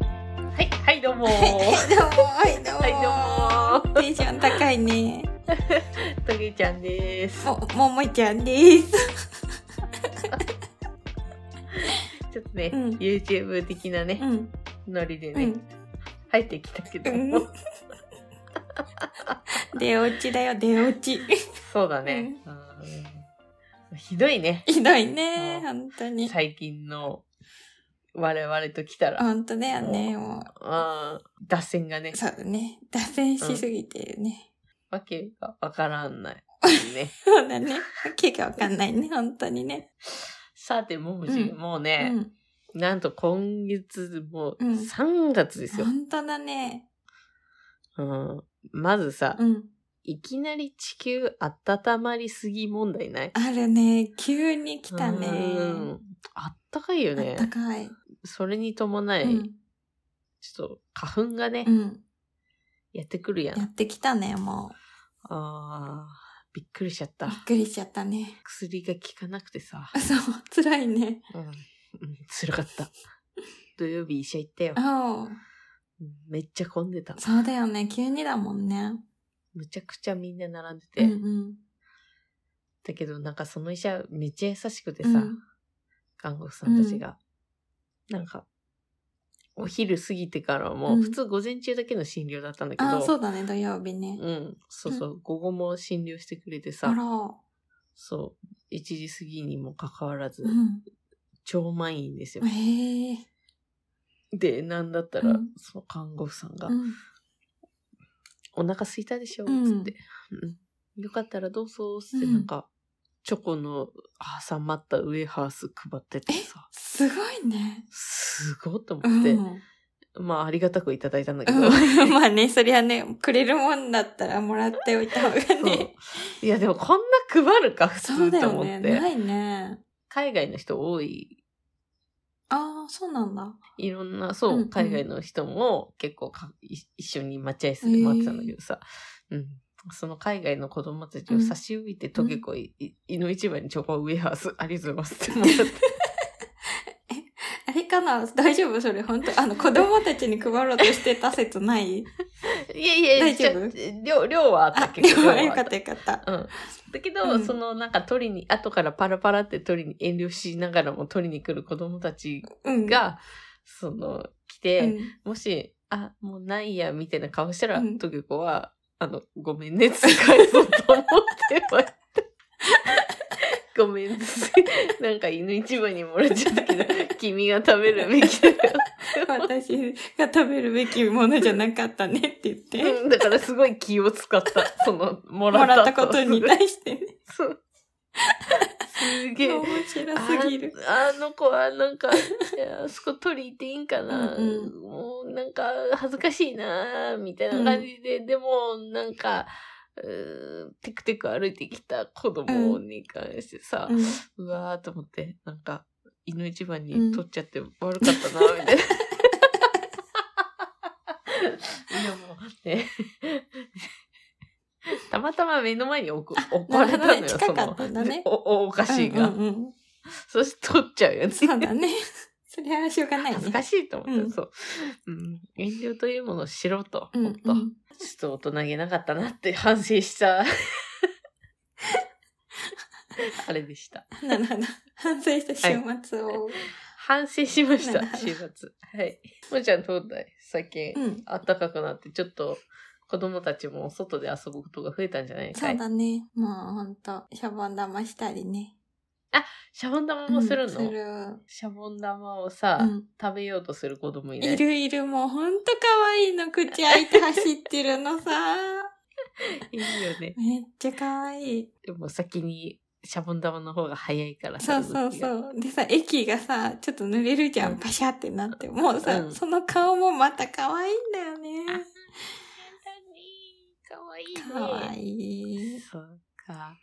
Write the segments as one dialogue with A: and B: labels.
A: はい、どうも。
B: どうも、はい、どうも。
A: はい、どうも。
B: テンション高いね。
A: トゲちゃんです。
B: も、ももちゃんです。
A: ちょっとね、
B: うん
A: YouTube 的な
B: う
A: ね、
B: ん、
A: ノリで
B: う
A: ね、
B: ん、
A: 入ってきたけど、
B: うん。出落ちだよ、出落 ち。
A: そうだね、うんひどいね、
B: ひどいね、
A: うん
B: 本当に。
A: 最近の我々ときたら。
B: 本当だよね、も
A: うん脱線がね
B: う。、そうだね。脱線しすぎてるね。
A: わけがわからんない。 ね、
B: そうだね。わけがわかんないね、本当にね。
A: さて、ももじ、
B: うん
A: もう
B: う
A: ね、
B: ん。
A: なんと今月もううん3月ですよ。
B: 本当だね。
A: うん、まずさ、
B: うん。
A: いきなり地球温まりすぎ問題ない
B: あるね。急に来た
A: う
B: ね。
A: んあったかいよ
B: あった
A: ね。
B: かい。
A: それに伴い、
B: うん。
A: ちょっと花粉がね、
B: うん。
A: やってくるやん。
B: やってきたね、も
A: あーびっくりしちゃっ
B: う。
A: た
B: び。っくりしちゃったね。
A: 薬が効かなくてさ、
B: そう、 辛いね。
A: うん、うん辛かった。土曜日医者行ったよ。
B: ああ、
A: めっちゃ混んでた。
B: そうだよね。急にだもんね。
A: むちゃくちゃみんな並んでて。
B: うんうん。
A: だけどなんかその医者めっちゃ優しくてさ、
B: うん
A: 看護婦さんたちが。なんか、お昼過ぎてからも、
B: うん
A: 普通午前中だけの診療だったんだけど、
B: ああ、そうだね。土曜日ね。
A: うん、そうそう、午後も診療してくれて
B: あ
A: さ
B: ら、、
A: そう、1時過ぎにもかかわらず
B: う、ん。
A: 超満員ですよ。
B: へえ。
A: で、なんだったら、
B: うん
A: その看護婦さんが、
B: うん
A: お腹すいたでしょつ
B: うん
A: って、うんよかったらどうぞ、つって、
B: うん
A: なんか、チョコの挟まったウエハース配っててさ、
B: すごいね。
A: すごっと
B: う
A: 思って、
B: ん。
A: まあ、ありがたくいただいたんだけど、
B: うん まあね、そりゃね、くれるもんだったらもらっておいた方がね。
A: いや、でもこんな配るか、普
B: そうだ
A: 通と思
B: よ
A: っ
B: ね。
A: て、
B: ないね。
A: 海外の人多い
B: ああ、そうなんだ。
A: いろんな、そう、
B: うんうん
A: 海外の人も結構かい一緒に待合室で待ってたんだけどさ、うん。その海外の子供たちを差し置いて、トゲコイ、い胃の一番にチョコウェハース、ありがとうございますって思って。
B: あれかな大丈夫それ、本当あの、子供たちに配ろうとしてた説ない
A: いやい や、
B: 大丈夫
A: ちょ量、量はあった
B: あ、
A: けど。量はあった
B: よかったよかった。
A: うん。だけど、
B: うん
A: そのなんか取りに、後からパラパラって取りに遠慮しながらも取りに来る子供たち
B: うん。
A: が、その、来
B: う
A: て、
B: ん、
A: もし、あ、もうないや、みたいな顔したら、
B: うん
A: トゲ子は、あの、ごめんね、使えそうと思ってはいた。 ごめんね、なんか犬市場にもらっちゃった けど、君が食べるべきだよ
B: 私が食べるべきものじゃなかったねって言って、
A: うん。だからすごい気を使った、その、もら
B: も
A: った
B: らったことに対して ね。
A: そう。すげえ
B: 面。白すぎる。
A: ああの子はなんか、いやあそこ取り行っていいんかな、
B: うんう
A: もうなんか恥ずかしいなみたいな感じで、でもなんか、うーテクテク歩いてきた子供に関してさ、
B: うん
A: うわーと思って、なんか、犬一番に
B: うん
A: 取っちゃって悪かったな、みたいな。いやもう、ね。たまたま目の前に置く置かれたの
B: な
A: よ、
B: るほどね
A: そ
B: 近かったんだ
A: の、
B: ね
A: おおお菓子が。
B: うんうんうん
A: そして取っちゃうよね。
B: そうだね。 それはしょうがないね。
A: 恥ずか
B: しい。
A: しいと思った、
B: うん
A: そう、うん。遠慮というものを知ろうと、
B: うん
A: もっと。
B: うん
A: ちょっと大人げなかったなって反省 した。あれでした。
B: なるほど反省した週末を。
A: 反省しまし
B: なる
A: た、
B: ほど
A: 週末。はい。もーちゃんどうだい最近、
B: うん。
A: 暖かくなって、ちょっと子供たちも外で遊ぶことが増えたんじゃないか
B: そう
A: い
B: だね。もうほんと、シャボン玉したりね。
A: シャボン玉もするの、
B: うんする。
A: シャボン玉をさ、
B: うん
A: 食べようとする子供いない
B: いるいる、もうほんと可愛いの。口開いて走ってるのさ。
A: いるよね。
B: めっちゃ可愛い。
A: でも先にシャボン玉の方が早いから
B: そうそ
A: 動
B: う
A: きが
B: そう。でさ、駅がさ、ちょっと濡れるじゃ。
A: うんん
B: パシャってなって。もうさ、
A: うん
B: その顔もまた可愛いんだよね。
A: かわいいね。
B: 可愛い。
A: そうか。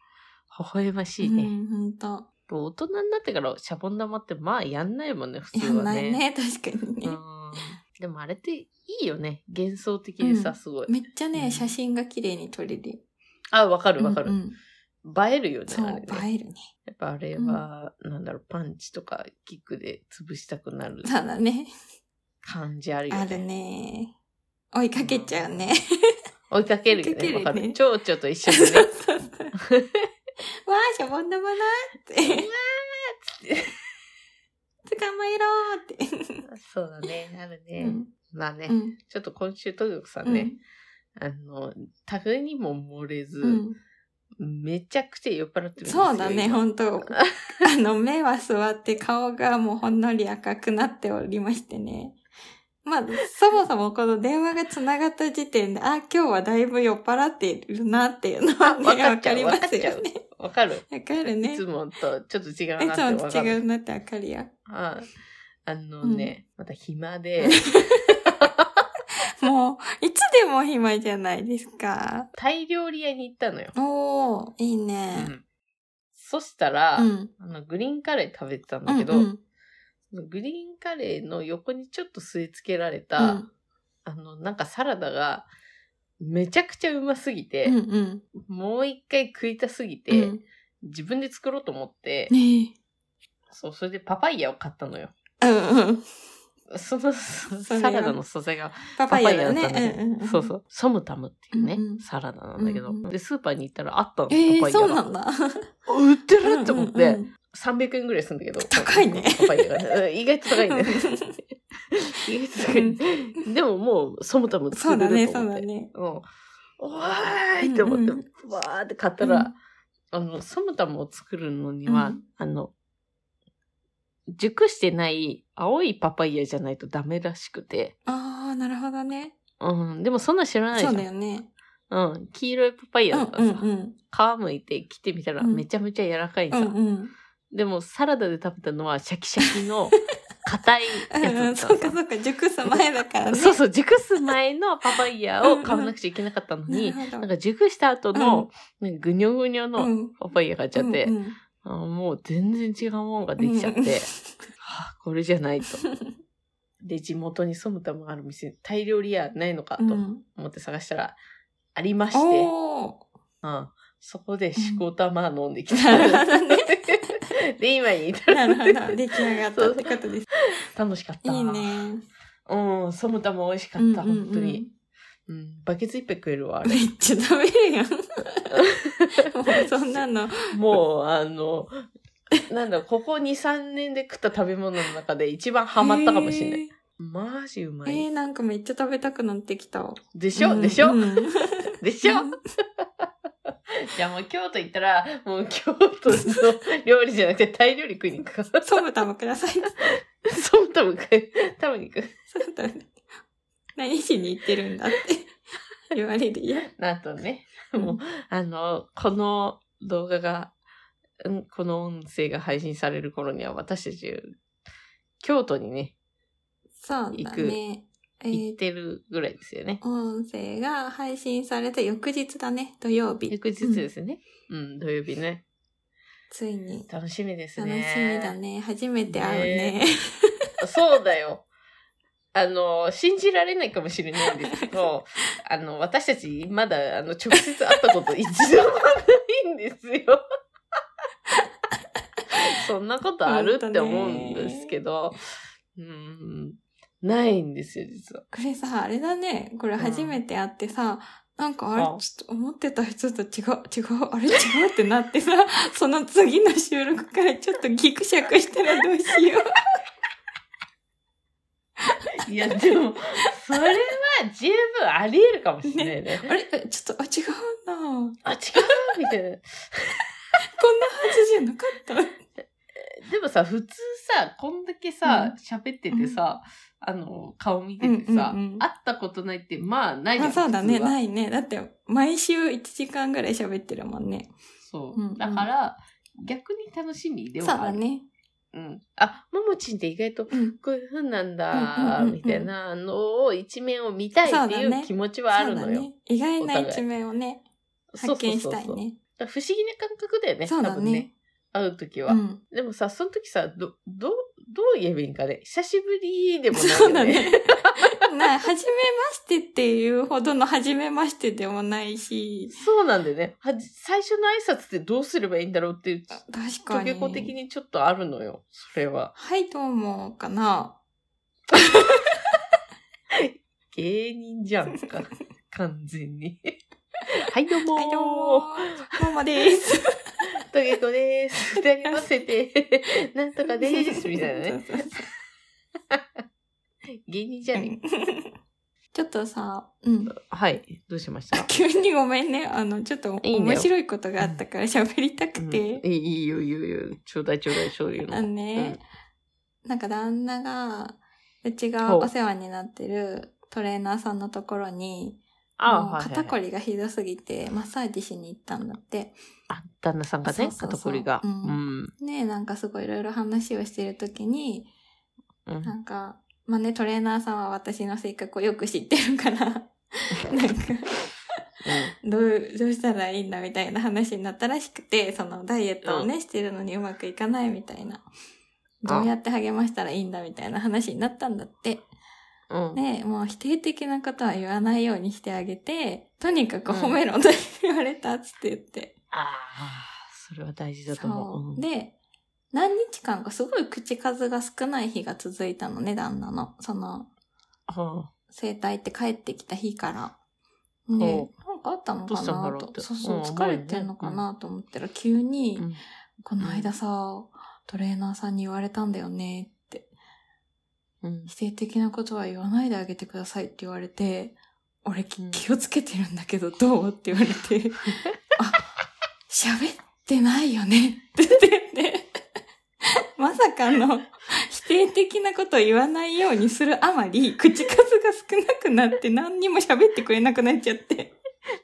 A: 微笑ましいね。
B: うん、ほんと。
A: もう大人になってからシャボン玉ってまあやんないもんね、普
B: や
A: 通
B: ん
A: は
B: な
A: ね。
B: いね、 確かにね
A: う。ん。でもあれっていいよね。幻想的でさ、
B: うん
A: すごい。
B: めっちゃ
A: うん
B: ね、写真が綺麗に撮れるよ。
A: あ、わかるわかる、
B: うんうん
A: 映えるよね、
B: そう、
A: あれね。
B: 映えるね。
A: やっぱあれは、なんだろう、パンチとかキックで潰したくなる
B: そうだね。
A: 感じあるよ
B: あ
A: ね。
B: るね。追いかけちゃうね。
A: 追いかける
B: 追い
A: よ
B: かけ
A: ね。わ、
B: るね
A: かる。蝶々と一緒
B: そう
A: に
B: そ
A: ね
B: う。 そう。わー、しゃぼんだまなーって。 捕まえろーって。
A: そうだね。あるね。
B: うん
A: まあね、
B: うん
A: ちょっと今週、トゲコさ
B: うん
A: ね、
B: ん
A: あの、タグにも漏れず、
B: うん
A: めちゃくちゃ酔っ払ってるんですよ。
B: そうだね、
A: 今
B: 本当 あの、目は座って顔がもうほんのり赤くなっておりましてね。まあ、そもそもこの電話が繋がった時点で、あ、今日はだいぶ酔っ払っているなっていうのはね、わ
A: わ
B: か
A: か
B: り
A: り
B: ま
A: ますす
B: よ
A: よ
B: ね。
A: わかる。
B: わかるね。
A: い
B: いつ
A: つ
B: も
A: もとちょっと違うなってわ
B: と
A: か
B: 違
A: る。
B: うなってわかるよ。
A: ああのね、また暇で、
B: もう、いつでも暇じゃないですか。
A: タイ料理屋に行ったのよ。
B: おー、いいね
A: う。んそしたら、
B: うん。
A: あの、グリーンカレー食べてたん
B: う
A: だ
B: ん
A: けど、
B: うん
A: そのグリーンカレーの横にちょっと据え付けられた、
B: うん
A: あの、なんかサラダが、めちゃくちゃうますぎて、
B: うんうん。
A: もう一回食いたすぎ
B: う
A: て、
B: ん
A: 自分で作ろうと思って、
B: ね
A: そう、それでパパイヤを買ったのよ。
B: え。うんうん。
A: その、
B: れ
A: サ
B: は
A: ラダの素材が
B: パ
A: パ
B: パ
A: パ
B: イ
A: イヤ
B: ヤだ
A: だったんだけ
B: ね。
A: ど、
B: うんうんうん。
A: そうそう、ソムタムっていうね、
B: うんうん
A: サラダなんだけど、
B: うんうん
A: で、スーパーに行ったらあったの、
B: ええ
A: パパイヤが。
B: そうなんだ。
A: 売ってるって思って、
B: うんうんうん
A: 300円ぐらいするんだけど。
B: 高いね
A: パパイヤがねうん意外と高いね。意外と高いね、でももう、ソムタム
B: そ
A: 作
B: う
A: れ
B: だね、
A: ると
B: そ
A: 思
B: う
A: っ
B: だ
A: て。
B: ね。
A: うん。おーいって思って、
B: うん
A: わーって買ったら、あの、ソムタムを作るのには、
B: うん
A: あの、熟してない青いパパイヤじゃないとダメらしくて。
B: ああ、なるほどね。
A: うん。でもそんな知らないじゃ。
B: そうんだよね。
A: うん。黄色いパパイ
B: う
A: ヤだ
B: ん
A: から
B: うん
A: さ、
B: う
A: 皮
B: ん。
A: むいて切ってみたら
B: うん
A: めちゃめちゃ柔らかいさ。
B: うんうん。
A: でもサラダで食べたのはシャキシャキの硬いやつ
B: う
A: だ
B: ん、
A: った
B: そ
A: の
B: うか
A: さ
B: そうか、熟す前だから ね。
A: そうそう、熟す前のパパイヤを買わなくちゃいけなかったのに、
B: なるほど
A: なんか熟した後の、なんかぐにょぐにょの
B: ん。
A: パパイヤ買っちゃって、
B: うんうん
A: あもう全然違うもんができちゃって、
B: うんうん
A: はあ、これじゃないと。 で、地元にソムタムある店、タイ料理屋ないのかと
B: うん
A: 思って探したら、ありまして、
B: おー
A: うん、そこでしこたま飲んでき
B: な
A: た。
B: るほどね
A: で、今に至
B: な
A: る。
B: る ほど。出来上がったってことです。
A: 楽しかった。
B: いいね。
A: うん、ソムタム美味しか
B: うん
A: った、
B: うんうん
A: 本当に。うん、バケツ一杯食えるわ、あれ
B: めっちゃ食べる やん。もうそんなの。
A: もう、あの、 なんだろう、ここ2、3年で食った食べ物の中で一番ハマったかもしれない。
B: い。
A: マジうま
B: え
A: い。
B: ー、なんかめっちゃ食べたくなってきた。
A: で
B: で
A: しょでしょ
B: で
A: でしょじゃあもう京都行ったら、もう京都の料理じゃなくてタイ料理食いに行くから。
B: ソムタムください。
A: ソムタム食い、食べに行く。
B: そうだね。何しに行ってるん だって言われるよ。
A: なんとね、もう、あの、この動画が、うんこの音声が配信される頃には私たち、京都にね、
B: そうだね。え
A: 行っ
B: ー、
A: てるぐらいですよね。
B: 音声が配信された翌日だね、土曜日。
A: 翌日ですね。うん、土曜日ね。
B: ついに。
A: 楽しみです
B: 楽し
A: ね。
B: みだ。ね。初めて会うね。
A: そうだよ。あの、信じられないかもしれないんですけど、あの、私たちまだ、あの、直接会ったこと一度もないんですよ。そんなことあるって思うんですけど、うん、ないんですよ、実は。
B: これさ、あれだね。これ初めて会ってさ、なんかあれ、
A: あ
B: ちょっと思ってた人と違う、違う、あれ違うってなってさ、 その次の収録からちょっとギクシャクしたらどうしよう。
A: いや、でも、それは十分あり得るかもしれないね。
B: あれえちょっと、あ、違うなこんな
A: あ、違うみたいな。
B: はずじゃなかった。
A: でもさ、普通さ、こんだけさ、喋、っててさ、あの、顔見ててさ、
B: うんうんうん
A: 会ったことないって、まあ、ないじゃ
B: あ
A: ん。
B: そうだ
A: 普
B: ね、
A: 通は
B: ないね。だって、毎週1時間ぐらい喋ってるもんね。
A: そう。
B: うんうん
A: だから、逆に楽しみで
B: そう
A: はある。
B: だ。ね。
A: うん。あ、ももちんって意外と
B: うん。
A: こういう風なんだ、
B: うんうんうんうん
A: みたいなのを、一面を見たいってい
B: そうだ
A: う
B: ね
A: 気持ちはある
B: そ
A: の
B: うだ
A: よ。
B: ね。意外
A: お
B: な
A: 互い
B: 一面をね、
A: そう
B: 発見し
A: そう
B: た
A: そう
B: い
A: そう。
B: ね。
A: だから不思議な感覚だよね。
B: そうだ
A: 多分
B: ね。
A: 会うときは、
B: うん。
A: でもさ、その時さ、ど、どう、どう言えばいいんかね。久しぶりでもないよね。
B: そうだね。 な、はじめましてっていうほどのはじめましてでもないし、
A: そうなんだよね。はじ最初の挨拶ってどうすればいいんだろうっていう、
B: 確
A: ト
B: か
A: ゲ
B: に。
A: コ的にちょっとあるのよ。それは。
B: はい、どうも、かな。
A: 芸人じゃん か。完全に。はい、どうも
B: はい、どうも
A: ー。
B: ママです。
A: とげこです。二人合わせて、 なんとかです。みたいなね。
B: そうそうそう
A: 芸人じゃね。
B: ちょっとさ、うん。
A: はい。どうしました
B: 急にごめんね。あの、ちょっと
A: いいんだよ
B: 面白いことがあったから 喋りたく
A: うん
B: て。
A: いいいいよ、いいよ、いいよ。ちょうだい、ちょうだい、そういう
B: あの
A: の。
B: ね、なんか旦那が、うち
A: ほ
B: が
A: う
B: お世話になってるトレーナーさんのところに、
A: あ
B: もう
A: はいはいはい
B: 肩こりがひどすぎてマッサージしに行ったんだって。
A: あ、旦那さんが
B: そ
A: ね
B: う、そうそう
A: 肩こりが。
B: う
A: うんん。
B: ねなんかすごいいろいろ話をしてるときに、
A: うん
B: なんか、まあね、トレーナーさんは私の性格をよく知って るから、なんか、どう、どうしたらいいんだみたいな話になったらしくて、そのダイエットをね、してるのにうまくいかないみたいな。どうやって励ましたらいいんだみたいな話になったんだって。
A: うん。うん。
B: ねもう否定的なことは言わないようにしてあげて、とにかく
A: うん
B: 褒めろと言われたっつって言って。
A: ああ、それは大事だと思
B: そうう。。で、何日間かすごい口数が少ない日が続いたのね、旦那の。その、
A: は
B: 生体って帰ってきた日から。
A: ほ
B: ねなんかあったのか
A: どうしたんだ
B: な
A: ろうって
B: と。そうそう、
A: うん
B: 疲れてんのかなと思ったら、急に、
A: あうん
B: この間さ、トレーナーさんに言われたんだよねって、
A: うん。
B: 否定的なことは言わないであげてくださいって言われて、俺き
A: うん
B: 気をつけてるんだけどどうって 言われて、あ、喋ってないよねって言って、まさかの否定的なことを言わないようにするあまり、口数が少なくなって何にも喋ってくれなくなっちゃって。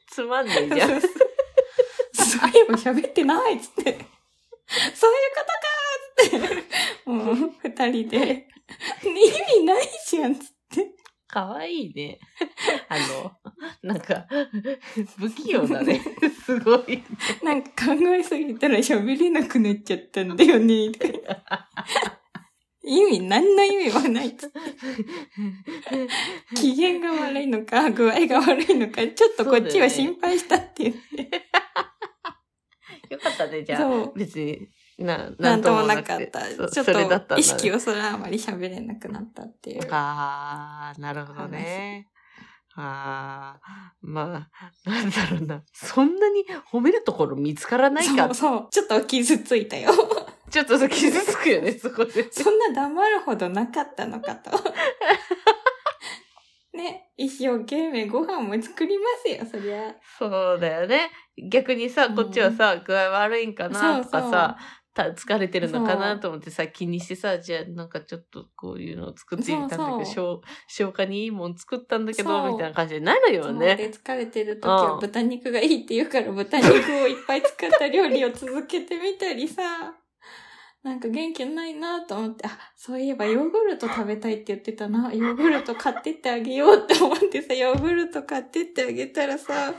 A: つまんねえ
B: そ う
A: じゃん。
B: そういえば喋ってないっつって。そういうことかーっつって。もう、二人 で。意味ないじゃんっつって。
A: かわいい ね。あの、なん か、不器用だね。すごい。
B: なんか考えすぎたら喋れなくなっちゃったんだよね。とか言って意味、何の意味もない っつって。機嫌が悪いのか、具合が悪いのか、ちょっとこっちは心配したっていう。
A: よかったね、じゃあ。
B: そう。
A: 別に、な、
B: なんともな
A: くて
B: かった。
A: そう
B: ちょっ
A: それだったんだ
B: と
A: ね
B: 意識をそれはあまり喋れなくなったっていう。
A: あー、なるほどね。あー、まあ、なんだろうな。そんなに褒めるところ見つからないか
B: そう。そう。ちょっと傷ついたよ。
A: ちょっとさ傷つくよね、そこで。
B: そんな黙るほどなかったのか と。ね、一生懸命ご飯も作りますよ、そりゃ。
A: そうだよね。逆にさ、
B: うん
A: こっちはさ、具合悪いんかなとかさ、た疲れてるのか
B: そ
A: な
B: う
A: と思ってさ、気にしてさ、じゃあなんかちょっとこういうのを作ってみたんだけど、
B: そうそ
A: 消消化にいいもん作ったんだけ
B: そ
A: ど、
B: う
A: みたいな感じになるよ
B: そう
A: ね。
B: で疲れてる時は
A: うん
B: 豚肉がいいって言うから豚肉をいっぱい使った料理を続けてみたりさ、 なんか元気ないなと思って、あ、そういえばヨーグルト食べたいって言ってたな、ヨーグルト買ってってあげようって思ってさ、ヨーグルト買ってってあげた らさ、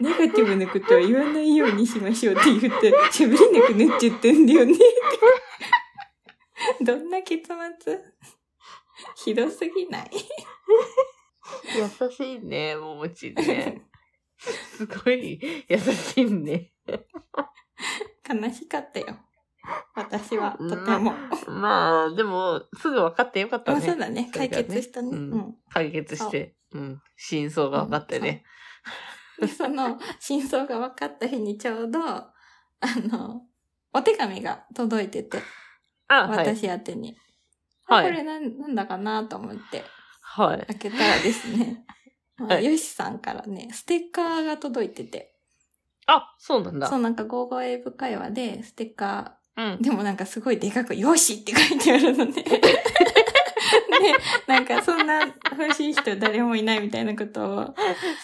B: ネガティブなことは言わないようにしましょうって言って、喋れなくなっちゃってんだよ ねって。どんな結末ひどすぎない
A: 優しいね、ももち ね。すごい優しいね。
B: 悲しかったよ。私は、とても。
A: まあ、でも、すぐ分かってよかっ
B: ま
A: た
B: あそう
A: ね。
B: だね。
A: それ
B: 解
A: がね
B: 決したね。
A: う
B: うんん。
A: 解決して、うん。真相が分かってね。
B: で、その、真相が分かった日にちょうど、あの、お手紙が届いてて、
A: あ、はい。
B: 私宛てに。
A: はい
B: あこれなんなんだかなと思って、
A: はい。
B: 開けたらです ね、まあ、
A: はい
B: よしさんからね、ステッカーが届いてて、
A: あ、そうなんだ。
B: そううなんか、ゴーゴー英語会話で、ステッカー、
A: ん。
B: でもなんかすごいでかく、よしって書いてあるのね。で、なんかそんな欲しい人誰もいないみたいなことを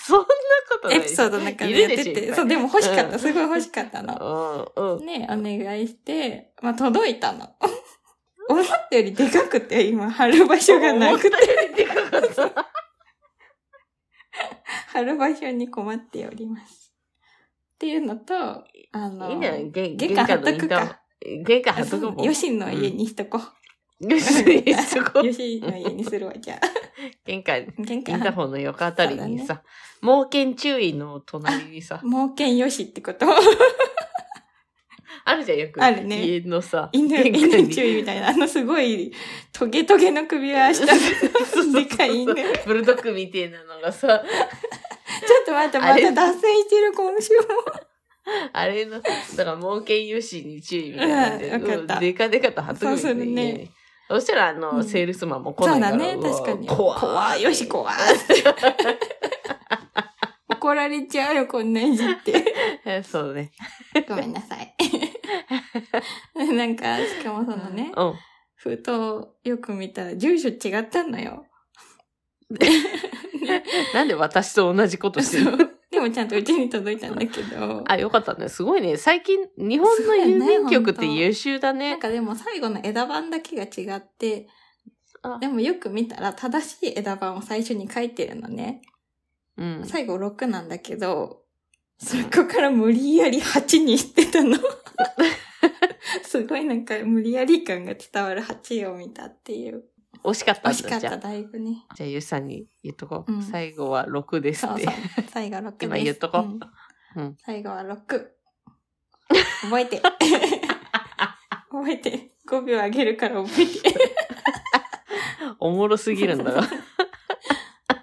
A: そんなことない
B: エ
A: で
B: ピ
A: しょ
B: ソードの中で
A: い
B: やっ
A: るで
B: て、
A: しょいってぱい
B: そう、でも欲しかっ
A: う
B: た、
A: ん
B: すごい欲しかったの。
A: うん、うん。
B: ね、お願いして、まあ届いたの。思ったよりでかくて、今貼る場所がなくて、
A: でかかった。
B: 貼る場所に困っております。っていうのと、あの、
A: いいんじゃない玄
B: 玄
A: 玄
B: 関
A: 関の
B: 貼っと
A: イン
B: く
A: ター
B: か。
A: 玄関貼
B: あ
A: っ
B: そ
A: とくも。
B: うんよしの家にしとこ
A: よし、そこ
B: う。よ。しの家にするわ、じゃ
A: 玄関、
B: あ。玄
A: イン
B: 関
A: ターホンの横あたりにさ、 猛犬注意の隣にさ、
B: 冒険よしってこと
A: あるじゃん、よく。
B: あるね
A: 家のさ、
B: 犬、
A: 玄関に
B: 犬注意みたいな、あのすごい、トゲトゲの首 輪した、でかい犬。ちょっ
A: ブルドッグみてえなのがさ、
B: と待って、
A: あ
B: ま
A: れ
B: た脱線してる、今週も。
A: あれの、だから、盲犬よしに注意みたいなんで、
B: うんわかった
A: うんでかでかと貼っとくみた
B: そう
A: い
B: する
A: な
B: ね
A: 家にそしたら、あの、
B: うん
A: セールスマンも来
B: そ
A: な
B: う
A: いか
B: だ
A: ら。
B: ね、
A: わ
B: 確かに。
A: 怖い。
B: い。よし、怖い。 怒られちゃうよ、こんない じって。
A: えそうね。
B: ごめんなさい。 なんか、しかもそのね、
A: うん。
B: 封筒よく見たら、住所違ったのよ。
A: なんで私と同じことして
B: そ
A: る
B: うでもちゃんとうちに届いたんだけど。
A: あ、よかったね。すごいね。最近、日本の郵便局って優秀だ
B: な
A: ね
B: ん。かでも最後の枝番だけが違って
A: あ、
B: でもよく見たら正しい枝番を最初に書いてるのね。
A: うん。
B: 最後6なんだけど、そこから無理やり8にしてたの。 すごいなんか無理やり感が伝わる8を見たっていう。
A: 惜しかった
B: 惜
A: ん
B: し
A: だ。
B: かっ
A: じゃ
B: た、
A: あ、
B: だいぶね。
A: じゃあゆうさんに言っとこう。
B: うん
A: 最後は6です
B: そ
A: っ
B: う
A: て。
B: そう。最後6です。
A: 今言っとこ
B: う
A: うん
B: ん。最後は6。覚 えて。覚えて。5秒あげるから覚えて。
A: おもろすぎ るんだが。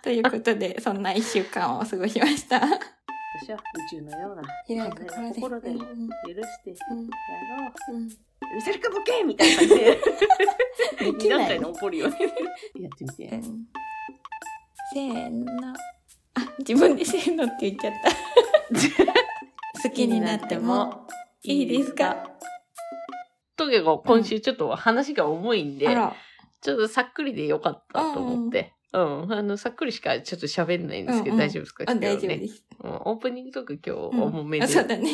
B: ということで、そんな一週間を過ごしま した。
A: 私は宇宙のような
B: 開く心で。
A: 心で
B: う
A: 許
B: ん
A: してや
B: う
A: ろうん
B: うん
A: 許せるかボケみたいな感 じで
B: できない
A: 二段階で怒るよねやってみ
B: う
A: て
B: んせーの。あ、自分でせーのって言っち ゃった。好きになってもいいですか
A: トゲが今週ちょっと話が重いんで、
B: あら、
A: ちょっとさっくりでよかったと思って、うんあのさっくりしかちょっと喋んないんですけど、
B: うんうん
A: 大丈夫ですか
B: あ
A: 今日
B: 大丈夫
A: ね
B: です。
A: うんオープニングトーク今
B: うん
A: 日重めで、
B: あそうだね。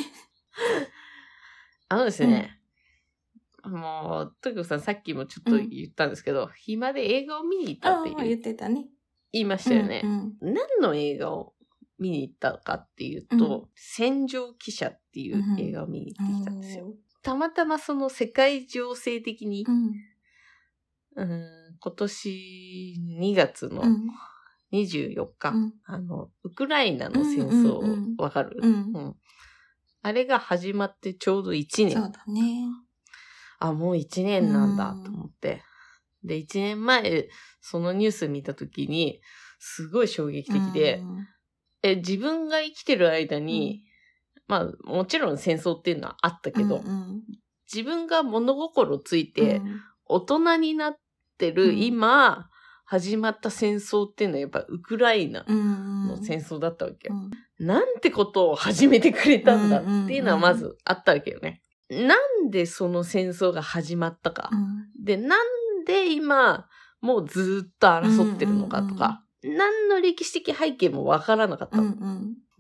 A: あのですね、もうトゲさんさっきもちょっと言ったんですけど、暇で映画を見に行っ
B: あ
A: たって
B: あ、
A: 言
B: 言
A: う
B: ってたね。
A: 言いましたよね、
B: うんうん
A: 何の映画を見に行ったかっていうと、
B: うん
A: 戦場記者っていう映画を見に行ってきたんですよ。
B: おー
A: たまたまその世界情勢的に、
B: うん
A: うーん今年2月の
B: うん
A: 24日、
B: うん
A: あの、ウクライナの戦争、わ、
B: うんうんうん
A: かる、
B: うん
A: うんあれが始まってちょうど1
B: そう
A: 年。
B: だね。
A: あ、もう1年なんだと思って。で、1年前、そのニュース見たときに、すごい衝撃的で、
B: うん
A: え、自分が生きてる間に、まあ、もちろん戦争っていうのはあったけど、
B: うんうん
A: 自分が物心ついて
B: う、ん
A: 大人になって
B: う
A: る
B: ん
A: 今、始まった戦争っていうのはやっぱウクライナ
B: うん
A: の戦争だったわけ。
B: うん
A: なんてことを始めてくれたんだっていうのは
B: うんうんうん
A: まずあったわけよね。なんでその戦争が始まったか。
B: うん
A: で、なんで今、もうずーっと争ってるのかとか、何の歴史的背景もわからなかった
B: う
A: の
B: ん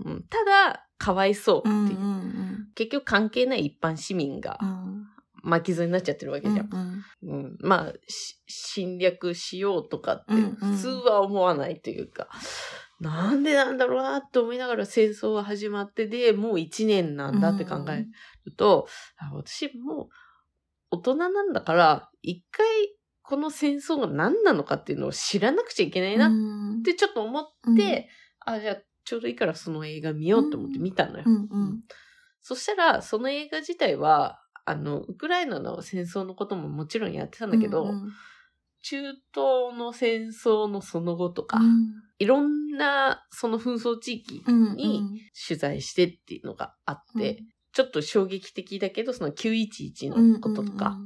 B: うん
A: うん、ただ、かわいそう
B: う
A: っ
B: ん
A: ていう。
B: うん
A: 結局関係ない一般市民が
B: うん
A: 巻き添えになっちゃってるわけじゃん。うんまあし侵略しようとかって
B: うんうん
A: 普通は思わないというか、なんでなんだろうなって思いながら戦争が始まってで、もう一年なんだって考えると、あ私もう大人なんだから、一回この戦争が何なのかっていうのを知らなくちゃいけないなっ
B: って
A: ちょっと思って、あ、じゃあちょうどいいからその映画見ようと思って見たのよ。
B: うんうん
A: そしたら、その映画自体は、あの、ウクライナの戦争のことももちろんやってたんだけど、
B: うんうん
A: 中東の戦争のその後とか、
B: うん
A: いろんなその紛争地域
B: うん
A: に取材してっていうのがあ
B: う
A: っ
B: ん
A: て、ちょっと衝撃的だけど、その911
B: うん
A: のこととか、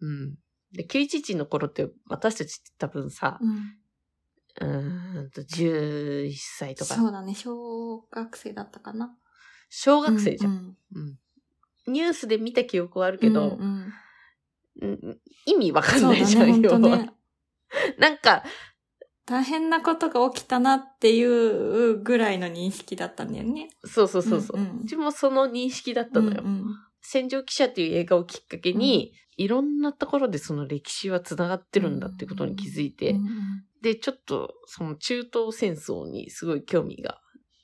A: うんで、911の頃って私たちって多分さ、
B: うんうん
A: うーんと11歳と
B: そ
A: か、
B: うだね小学生だったかな
A: 小学生じゃん,、
B: う
A: うんニュースで見た記憶はあるけど、
B: うんうん
A: うん意味わかん
B: そう
A: な
B: だ
A: いじゃ
B: ね
A: ん
B: 本
A: よ。
B: 当ね
A: なんか、
B: 大変なことが起きたなっていうぐらいの認識だったんだよね
A: そうそうそうそう。う
B: うんうん
A: ちもその認識だったのよ。
B: うん
A: 戦場記者っていう映画をきっかけに、いろんなところでその歴史は繋がってるんだってことに気づいて、
B: うんうん
A: で、ちょっとその中東戦争にすごい興味が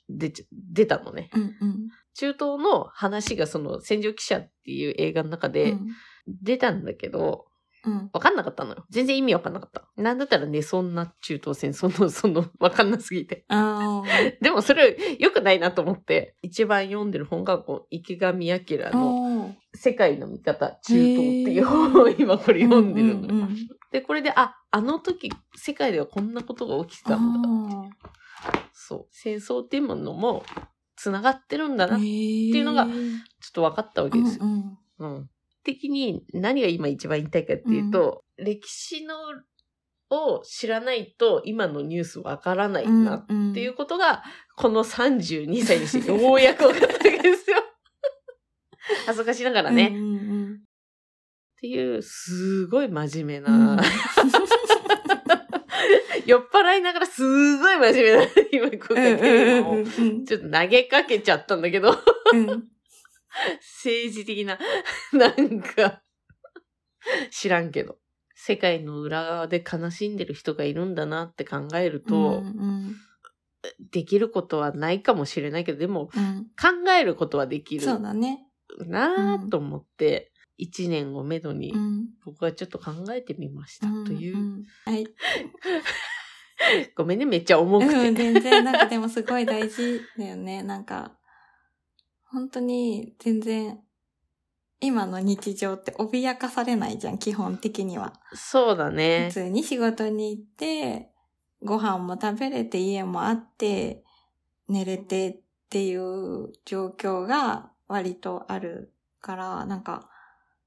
A: 出ちゃ出たのね。
B: うんうん
A: 中東の話がその戦場記者っていう映画の中
B: う
A: で
B: ん
A: 出たんだけど、
B: うん
A: わかんなかったのよ。全然意味わかんなかった。なんだったらね、そんな中東戦争の その、わかんなすぎて。
B: あー
A: でもそれ良くないなと思って、一番読んでる本がこう池上彰の
B: おー
A: 世界の見方、中東っていう本を今これ読んでるの。
B: うんうんうん
A: で、これで、あ、あの時、世界ではこんなことが起きてたんだ。
B: あ
A: そう。戦争っていうものも、つながってるんだ
B: あ
A: な、
B: へ
A: ちょ
B: ー
A: ていうのがっと分かったわけですよ。
B: うんうん
A: うん。的に何が今一番言いたいかっていうと、歴史のを知らないと今のニュースわからないなっていうことが、この32歳に してようやく分かったわけですよ。恥ずかしながらね。っ
B: うんうんうん
A: ていう、すごい真面目
B: うん
A: な、酔っ払いながらすごい真面目な、今こう
B: う
A: や
B: ん
A: ってるの
B: う
A: を
B: んうん
A: ちょっと投げかけちゃったんだけど、
B: うんうん
A: 政治的な、なんか、知らんけど。世界の裏側で悲しんでる人がいるんだなって考えると、
B: うんうん
A: できることはないかもしれないけど、でも
B: うん
A: 考えることはできる
B: そうだね。
A: なぁと思って、一年をめどに
B: うん
A: 僕はちょっと考えてみました
B: うん
A: という。
B: んはい。
A: ごめんね、めっちゃ重く
B: う
A: て。
B: ん、全然、なんかでもすごい大事だよね。 なんか、本当に全然、今の日常って脅かされないじゃん、基本的には。
A: そうだ
B: 普
A: ね。
B: 通に仕事に行って、ご飯も食べれて、家もあって、寝れてっていう状況が割とあるから、なんか、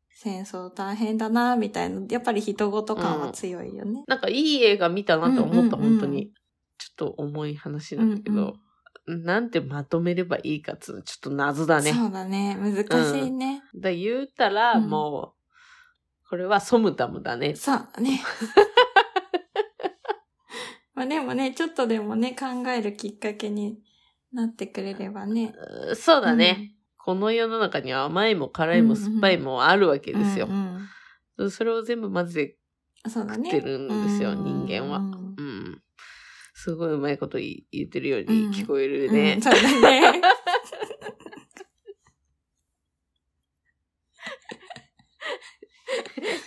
B: 戦争大変だな、みたいな、やっぱり人事感は強いよね。
A: なんかいい映画見たなと思った、
B: うんうんうん
A: 本当に。ちょっと重い話なんだけど、なんてまとめればいいかっつうのちょっと謎だね。
B: そうだね。難しいね。
A: だ言うたら、
B: うん
A: もう、これはソムタムだね。
B: そう ね。まあでもね、ちょっとでもね、考えるきっかけになってくれればね。
A: うーそうだね、この世の中には甘いも辛いも酸っぱいもあるわけ
B: う
A: で
B: ん。
A: すよ。
B: うん
A: それを全部混ぜて、
B: うんそうだね。
A: 食ってるんですよ
B: うん
A: 人間は
B: うん
A: うん。すごいうまいこと言い言ってるように聞こえる
B: う
A: ね
B: ん。そう だね。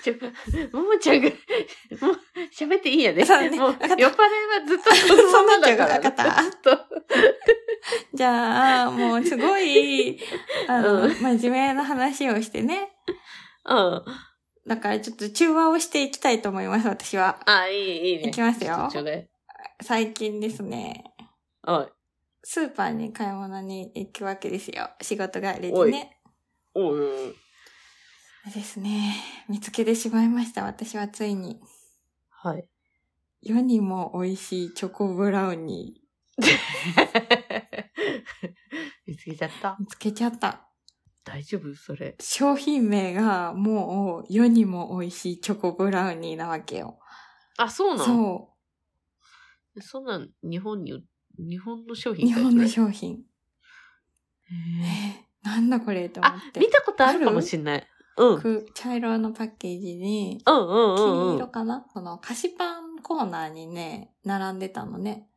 A: ちょももちゃんが、もう喋っていいやね。
B: そうね
A: もう
B: わかった
A: 酔っ払いはずっとこのままだから、
B: そうなっちゃうわかっ
A: ずっと
B: じゃあ、もうすごい、あの、
A: う
B: 真面目な話をしてね。
A: うん。
B: だからちょっと中和をしていきたいと思います、私は。
A: あ、いい、いいね。
B: いきます
A: ち
B: よ
A: ょっとちょうだい。
B: 最近ですね、
A: おい。
B: スーパーに買い物に行くわけですよ。仕事帰り
A: お
B: で
A: い
B: ね。
A: おいおい。
B: ですね。見つけてしまいました。私はついに。
A: はい。
B: 世にも美味しいチョコブラウニ
A: 見つけちゃった
B: ー。。見つけちゃった。
A: 大丈夫それ。
B: 商品名がもう世にも美味しいチョコブラウニーなわけよ。
A: あ、そうなの
B: そ
A: そんなん、日本に、日本の商
B: う。
A: 品
B: 日本の
A: 品。
B: 商品。
A: へー
B: えーなんだこれと思
A: あ
B: っ、て。
A: 見たことあるかもしんない。うん。うん
B: く茶色のパッケージに、
A: うんうん
B: 黄
A: う
B: 色
A: ん。
B: かな、その菓子パンコーナーにね、並んでたの ね。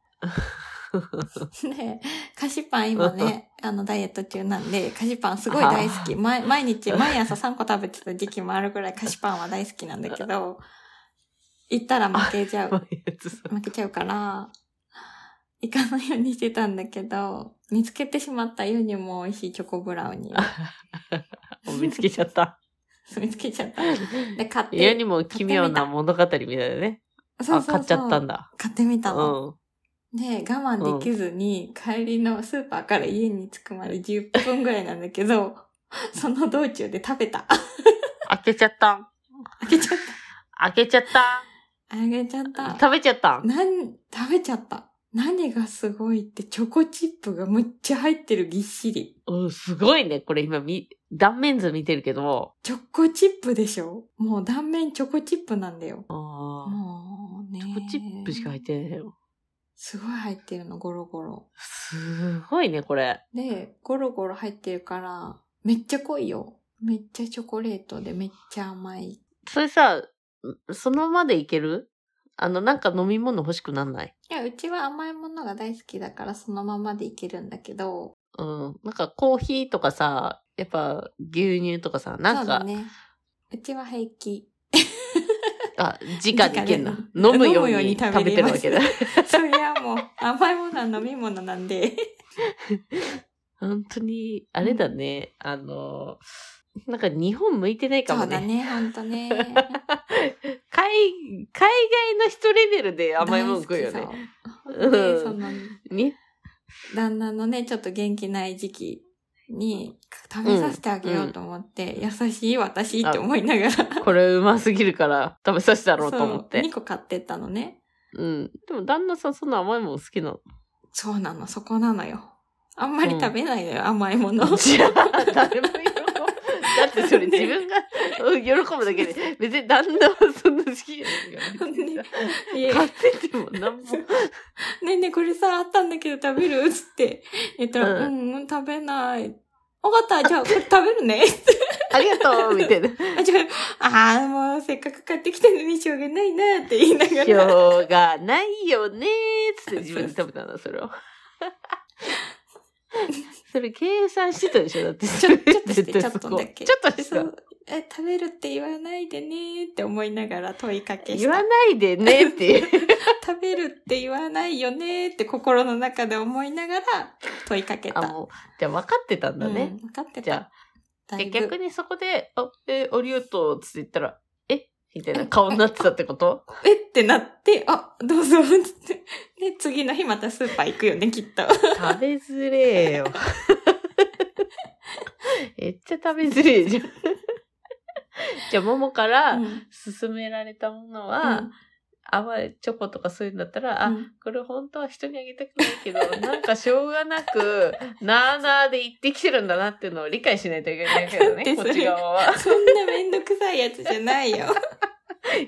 B: で、菓子パン 今ね、あの、ダイエット中なんで、菓子パンすごい大好き。
A: あ
B: 毎毎日、毎朝3個食べてた時期もあるぐらい菓子パンは大好きなんだけど、行ったら負けちゃう。
A: まいやつさ
B: 負けちゃうから、行かないようにしてたんだけど、見つけてしまった世にも美味しいチョコブラ ウニー。
A: お見つけ ちゃった。
B: 見つけちゃった。で、買って。
A: 家にも奇妙な物語みたいだね。
B: そう
A: あ、
B: そうそ
A: 買っ
B: う
A: ちゃったんだ。
B: 買ってみ
A: う
B: たの。
A: ん。
B: で、我慢できずに、帰りのスーパーから家に着くまで10分ぐらいなんだけど、 その道中で食べた。
A: 開けちゃった。
B: あげちゃっ
A: 開けちゃった。
B: た。あげちゃった。
A: 食べちゃった。
B: なん、食べちゃった。何がすごいって、チョコチップがむっちゃ入ってるぎっしり。
A: うん、すごいね。これ今み、断面図見てるけど。
B: チョコチップでしょもう断面チョコチップなんだよ。
A: ああ。
B: もうね。
A: チョコチップしか入ってないよ。
B: すごい入ってるの、ゴロゴロ。
A: すごいね、これ。
B: で、ゴロゴロ入ってるから、めっちゃ濃いよ。めっちゃチョコレートでめっちゃ甘い。
A: それさ、そのままでいけるあの、なんか飲み物欲しくなんない
B: いや、うちは甘いものが大好きだからそのままでいけるんだけど。
A: うん。なんかコーヒーとかさ、やっぱ牛乳とかさ、なん
B: そうだ
A: か、
B: ね。うちは平気。
A: あ、直でいけんな。
B: 直
A: 飲
B: で
A: むよう
B: 飲むよう
A: に
B: に
A: 食
B: 食
A: べ
B: べ
A: て
B: れ
A: る
B: ま
A: わ
B: す
A: けだ。
B: そりゃもう、甘いものは飲み物なんで。
A: 本当に、あれだね。あの、なんか日本向いてないか
B: そ
A: も
B: うだ
A: ね。
B: ね、ほんとね。
A: 海、海外の人レベルで 甘いもん食うよね。
B: 大好きそう。で、
A: うん
B: その、
A: ね。
B: 旦那のね、ちょっと元気ない時期に食べさせてあげようと思って、優しい私って思いながら。
A: これうますぎるから食べさせたろうと思っ
B: そう
A: て。
B: 2個買ってったのね。
A: うん。でも旦那さんそんな甘いもん好きなの。
B: そうなの、そこなのよ。あんまり食べないのよ、甘い もの。
A: じ ゃあ、誰も喜ぶ。だってそれ自分がうん喜ぶだけ で、別に旦那はそんな好きじゃないから別にさ。
B: 家
A: 買っててもなんも。
B: ねえねえ、これさ、あったんだけど食べるつって言ったら、
A: う
B: う、
A: ん
B: うん、食べない。わかった、じゃあ、これ食べるね。
A: ありがとうみたい な。
B: あ、じゃあ、あーもうせっかく買ってきたのにしょうがないなって言いなが
A: し
B: ら。
A: ょうがないよねーっつって自分で食べたんだ、それを。それ計算してたでしょだって
B: ちょ、 ちょっとし
A: 絶
B: て、ちょ
A: 対
B: っ
A: そ
B: と
A: こ
B: だ け。
A: ちょっとし
B: そ
A: た。
B: うえ、食べるって言わないでねって思いながら問いかけし
A: 言わ
B: た。
A: ないでねっていう。
B: 食べるって言わないよねって心の中で思いながら問いかけた。
A: あ、もう、じゃあ分かってたんだね。
B: うん、分かってた。
A: じゃ
B: だ
A: で
B: いぶ
A: 逆にそこで、あ、えーありがとうっつって言ったら、えみたいな顔になってたって こと
B: えってなって、あ、どうぞ、つって。で、次の日またスーパー行くよね、きっと。
A: 食べづれ ーよ。めっちゃ食べづれー じゃん。じゃあ、ももから
B: うん
A: 勧められたものは、甘いチョコとかそういうんだったら、
B: う
A: あ、
B: ん
A: これ本当は人にあげたくないけど、 なんかしょうがなく、なあなあで言ってきてるんだなっていうのを理解しないといけないけど
B: だっ
A: ね、
B: て
A: こ
B: そ
A: っ
B: れ
A: ち側は。
B: そんなめんどくさいやつじゃないよ。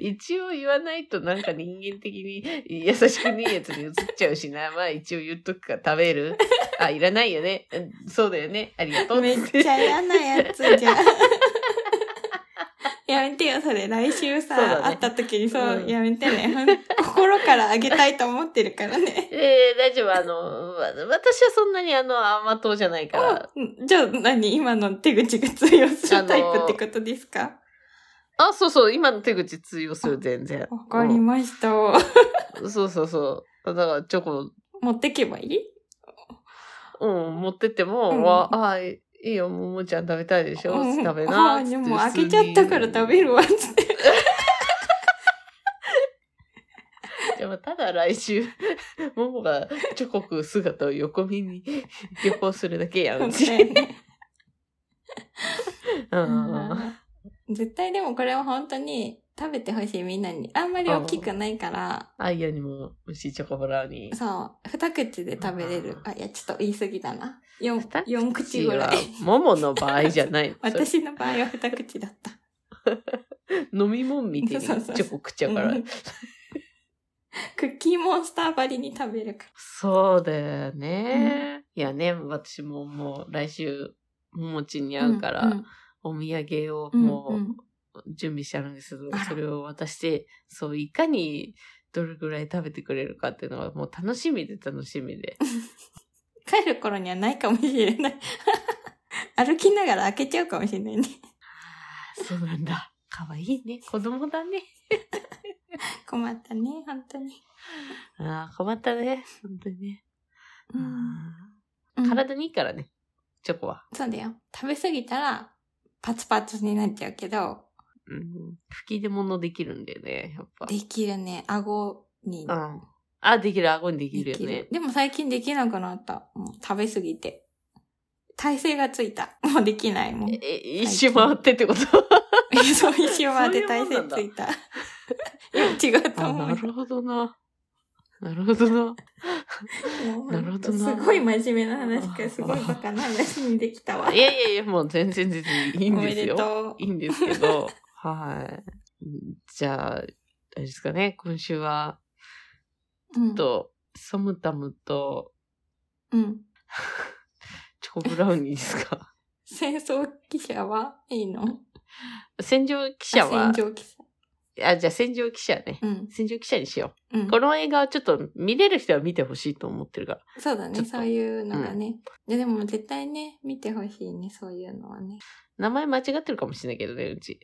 A: 一応言わないとなんか人間的に優しくねえやつに移っちゃうしな。ま あ一応言っとくか食べるあ、いらないよね。うんそうだよね。ありがとう。
B: めっちゃ嫌なやつ じゃん。やめてよ、それ。来週さ、
A: そうだね
B: 会った時にそう、
A: うん
B: やめてね。ほん心からあげたいと思ってるからね。
A: えー、大丈夫。あの、わ私はそんなにあの甘党じゃないから。
B: うんじゃあ何今の手口が通用するタイプってことですか
A: あ、そうそう。今の手口通用する、全然。
B: わかりました。
A: うんそうそうそう。だからチョコ、
B: 持ってけばいい
A: うん、持ってっても、
B: うん
A: わあ、いいよ、ももちゃん食べたいでしょ、
B: うん
A: 食べな
B: あ
A: っつって。
B: ーでも開けちゃったから食べるわ、つって。
A: でもただ来週、 ももがチョコ食う姿を横目に旅行するだけやん、うち。 うん。
B: 絶対でもこれは本当に食べてほしいみんなに。あんまり大きくないから、
A: アイヤにも美味しいチョコブラウニー。
B: そう、二口で食べれる。あ、いや、ちょっと言い過ぎだな。四
A: 二、口
B: 四口ぐらい。
A: ももの場合じゃない。そ
B: 私の場合は二口だった。
A: れ飲み物みたいにチ
B: そうそうそう
A: ョコ食っちゃうから
B: うん。クッキーモンスターばりに食べるか
A: そうだよね。いやね、私ももう来週、ももちに
B: ら。
A: 会うから、
B: ん
A: お土産を
B: ん
A: もう、
B: ん
A: 準備してあるんですけど
B: あら、
A: それを渡して、そう、いかにどれぐらい食べてくれるかっていうのはもう楽しみで楽しみ で。
B: 帰る頃にはないかもしれない。 歩きながら開けちゃうかもしれないね。
A: そうなんだ。かわいいね。子供だね。
B: 困ったね、本当に。
A: ああ、困ったね。本当にね。
B: うん
A: あー体にいいからね。チョコは。
B: そうだよ。食べ過ぎたら、パツパツになっちゃうけど、
A: うん。吹き出物できるんだよね。やっぱ。
B: できるね。顎に。
A: うん。あ、できる。顎にできる
B: で
A: よ
B: きる
A: ね。
B: でも最近できなくなった。もう食べ過ぎて。体勢がついた。もうできないもん。
A: え、一周回ってって こと
B: そう、一周回っ
A: そ
B: て
A: うい
B: 体
A: うもんな
B: 勢
A: んだ
B: ついた。 いや、違うと
A: あ、
B: 思
A: な
B: う。
A: るほどな。なるほどな。
B: もう
A: なるほど
B: す
A: な
B: ごい真面目な話からすごいバカな話にできたわ。
A: いやいやいや、もう全然全然いい
B: お
A: ん
B: め
A: です
B: で
A: よ。
B: とう
A: い。いんですけど、 はい。じゃあ、あれですかね、今週は、
B: うん
A: と、ソムタムと
B: うん。
A: チョコブラウニーですか。
B: 戦争記者はいいの
A: 戦場記者は
B: あ、戦場記者。
A: あ、じゃあ戦場記者ね。
B: うん。
A: 戦場記者にしよ
B: うん
A: う。この映画はちょっと見れる人は見てほしいと思ってるから。
B: そうだ
A: ちょ
B: ね、
A: っと
B: そういうのがね。いやでも絶対ね、見てほしいね、そういうの はね。
A: 名前間違ってるかもしれないけどね、うち。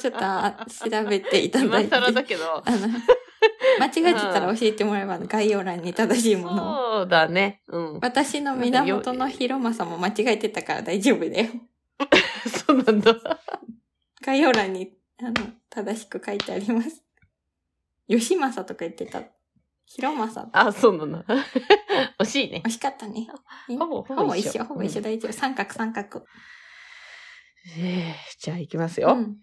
B: ちょっとあ調べていただ
A: 今
B: いて。
A: 更だけど。
B: あの、 間違えてたら教えてもらえば、概要欄に正しいものを。
A: そうだね。うん。
B: 私の源の広政も間違えてたから大丈夫だよ。
A: そうなんだ。
B: 概要欄に、あの、正しく書いてあります。吉政とか言ってた。広政。
A: あ、そうなんだ。 惜しいね
B: 惜。しかったね。
A: ほぼ、ほ
B: ほ
A: ぼ
B: ぼ
A: 一
B: 一
A: 緒。
B: 緒、ほぼ一
A: う
B: 緒、
A: ん
B: 大丈夫。三角、三角。
A: えーじゃあ行きます
B: う
A: よ。
B: ん。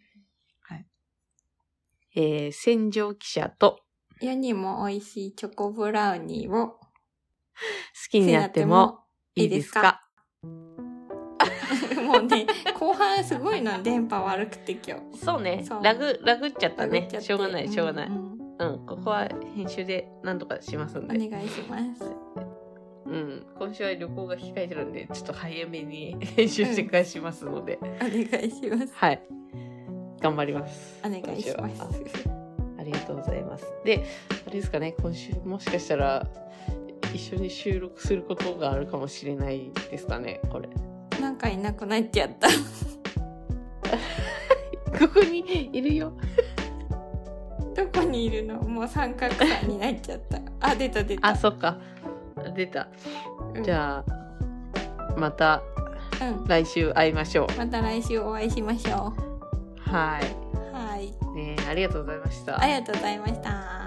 A: えー戦場記者と
B: 世にも美味しいチョコブラウニーを
A: 好きになってもいいですか
B: もうね、後半すごいの、電波悪くて今日。
A: そうね
B: そう
A: ラグ、ラグっちゃったね
B: バグっちゃ。って
A: しょうがない、しょうがない。
B: ん
A: うん、ここは編集で何とかしますん
B: うん
A: で。
B: お願いします。
A: うん、今週は旅行が控えてるんで、ちょっと早めに 編集して返しますので。
B: お願いします。
A: はい。頑張ります。
B: お願いしま
A: 今週は
B: す。
A: ありがとうございます。で、あれですかね、今週もしかしたら一緒に収録することがあるかもしれないですかね、これ。
B: なんかいなくなっちゃった。
A: ここにいるよ。
B: どこにいるのもう三角さんになっちゃった。あ、出た出た。
A: あ、そっか。出た。
B: うん
A: じゃあ、また
B: うん。
A: 来週会いましょ
B: また来週お会いしましょ
A: う。は
B: う。はい。
A: い。ねありがとうございました。
B: ありがとうございました。